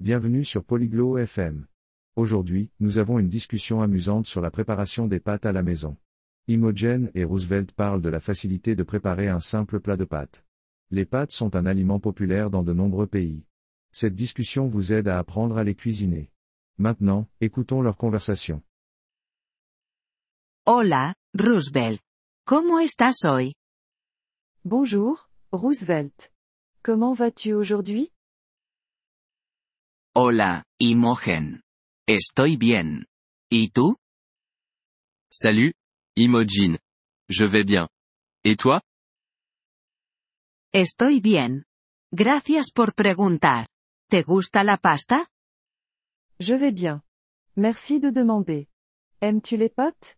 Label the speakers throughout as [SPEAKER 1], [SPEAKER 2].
[SPEAKER 1] Bienvenue sur Polyglot FM. Aujourd'hui, nous avons une discussion amusante sur la préparation des pâtes à la maison. Imogen et Roosevelt parlent de la facilité de préparer un simple plat de pâtes. Les pâtes sont un aliment populaire dans de nombreux pays. Cette discussion vous aide à apprendre à les cuisiner. Maintenant, écoutons leur conversation.
[SPEAKER 2] Hola, Roosevelt. ¿Cómo estás hoy?
[SPEAKER 3] Bonjour, Roosevelt. Comment vas-tu aujourd'hui
[SPEAKER 4] Hola, Imogen. Estoy bien. ¿Y tú?
[SPEAKER 5] Salut, Imogen. Je vais bien. Et toi?
[SPEAKER 2] Estoy bien. Gracias por preguntar. ¿Te gusta la pasta?
[SPEAKER 3] Je vais bien. Merci de demander. Aimes-tu les pâtes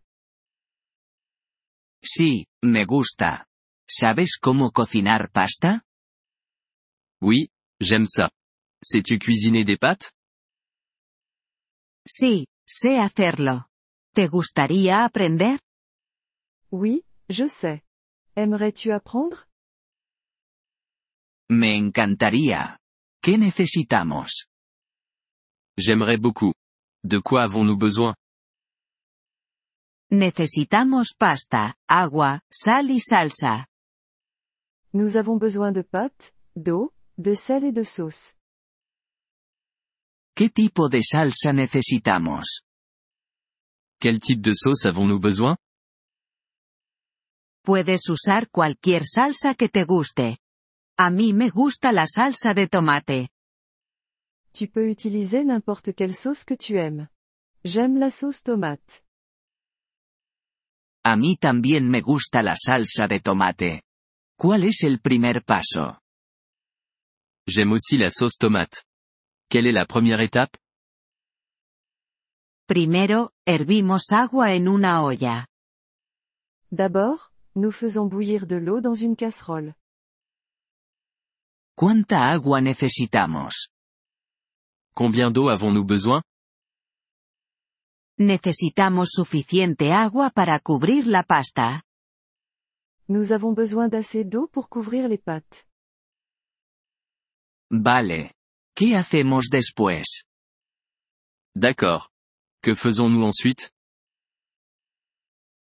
[SPEAKER 4] Sí, me gusta. ¿Sabes cómo cocinar pasta?
[SPEAKER 5] Oui, j'aime ça. Sais-tu cuisiner des pâtes?
[SPEAKER 2] Sí, sé hacerlo. ¿Te gustaría aprender?
[SPEAKER 3] Oui, je sais. Aimerais-tu apprendre
[SPEAKER 4] Me encantaría. ¿Qué necesitamos?
[SPEAKER 5] J'aimerais beaucoup. De quoi avons-nous besoin?
[SPEAKER 2] Necesitamos pasta, agua, sal y salsa.
[SPEAKER 3] Nous avons besoin de pâtes, d'eau, de sel et de sauce.
[SPEAKER 4] ¿Qué tipo de salsa necesitamos?
[SPEAKER 5] Quel type de sauce avons-nous besoin?
[SPEAKER 2] Puedes usar cualquier salsa que te guste. A mí me gusta la salsa de tomate.
[SPEAKER 3] Tu peux utiliser n'importe quelle sauce que tu aimes. J'aime la sauce tomate.
[SPEAKER 4] A mí también me gusta la salsa de tomate. ¿Cuál es el primer paso?
[SPEAKER 5] J'aime aussi la sauce tomate. Quelle est la première étape?
[SPEAKER 2] Primero, hervimos agua en una olla.
[SPEAKER 3] D'abord, nous faisons bouillir de l'eau dans une casserole.
[SPEAKER 4] ¿Cuánta agua necesitamos?
[SPEAKER 5] Combien d'eau avons-nous besoin?
[SPEAKER 2] Necesitamos suficiente agua para cubrir la pasta.
[SPEAKER 3] Nous avons besoin d'assez d'eau pour couvrir les pâtes.
[SPEAKER 4] Vale. ¿Qué hacemos después?
[SPEAKER 5] D'accord. Que faisons-nous ensuite?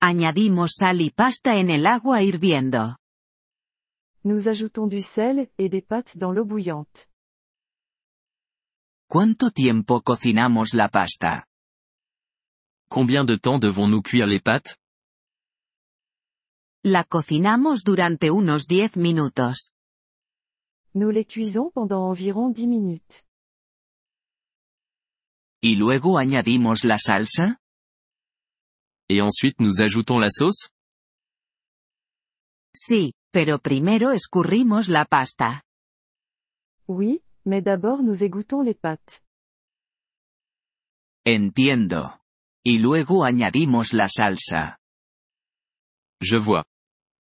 [SPEAKER 2] Añadimos sal y pasta en el agua hirviendo.
[SPEAKER 3] Nous ajoutons du sel et des pâtes dans l'eau bouillante.
[SPEAKER 4] ¿Cuánto tiempo cocinamos la pasta?
[SPEAKER 5] Combien de temps devons-nous cuire les pâtes?
[SPEAKER 2] La cocinamos durante unos 10 minutos.
[SPEAKER 3] Nous les cuisons pendant environ 10 minutes.
[SPEAKER 4] ¿Y luego añadimos la salsa?
[SPEAKER 5] Et ensuite nous ajoutons la sauce?
[SPEAKER 2] Sí, pero primero escurrimos la pasta.
[SPEAKER 3] Oui, mais d'abord nous égouttons les pâtes.
[SPEAKER 4] Entiendo. Y luego añadimos la salsa.
[SPEAKER 5] Je vois.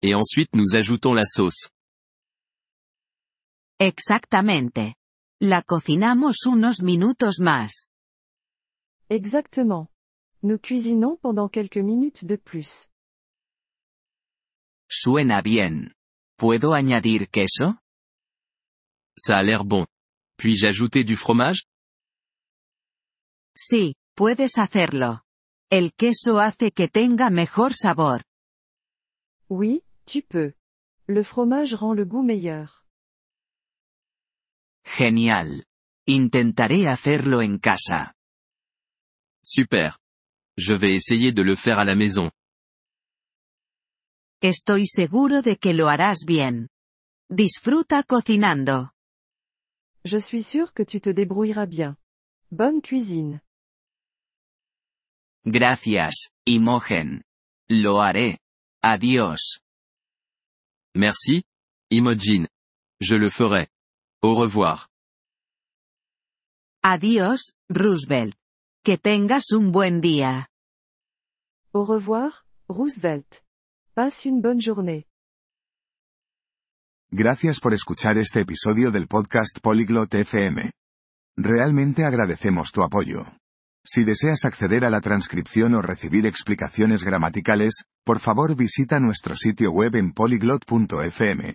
[SPEAKER 5] Et ensuite nous ajoutons la sauce.
[SPEAKER 2] Exactamente. La cocinamos unos minutos más.
[SPEAKER 3] Exactement. Nous cuisinons pendant quelques minutes de plus.
[SPEAKER 4] Suena bien. ¿Puedo añadir queso?
[SPEAKER 5] Ça a l'air bon. Puis-je ajouter du fromage?
[SPEAKER 2] Sí, puedes hacerlo. El queso hace que tenga mejor sabor.
[SPEAKER 3] Oui, tu peux. Le fromage rend le goût meilleur.
[SPEAKER 4] Genial. Intentaré hacerlo en casa.
[SPEAKER 5] Super. Je vais essayer de le faire à la maison.
[SPEAKER 2] Estoy seguro de que lo harás bien. Disfruta cocinando.
[SPEAKER 3] Je suis sûr que tu te débrouilleras bien. Bonne cuisine.
[SPEAKER 4] Gracias, Imogen. Lo haré. Adiós.
[SPEAKER 5] Merci, Imogen. Je le ferai. Au revoir.
[SPEAKER 2] Adiós, Roosevelt. Que tengas un buen día.
[SPEAKER 3] Au revoir, Roosevelt. Passe une bonne journée.
[SPEAKER 6] Gracias por escuchar este episodio del podcast Polyglot FM. Realmente agradecemos tu apoyo. Si deseas acceder a la transcripción o recibir explicaciones gramaticales, por favor visita nuestro sitio web en polyglot.fm.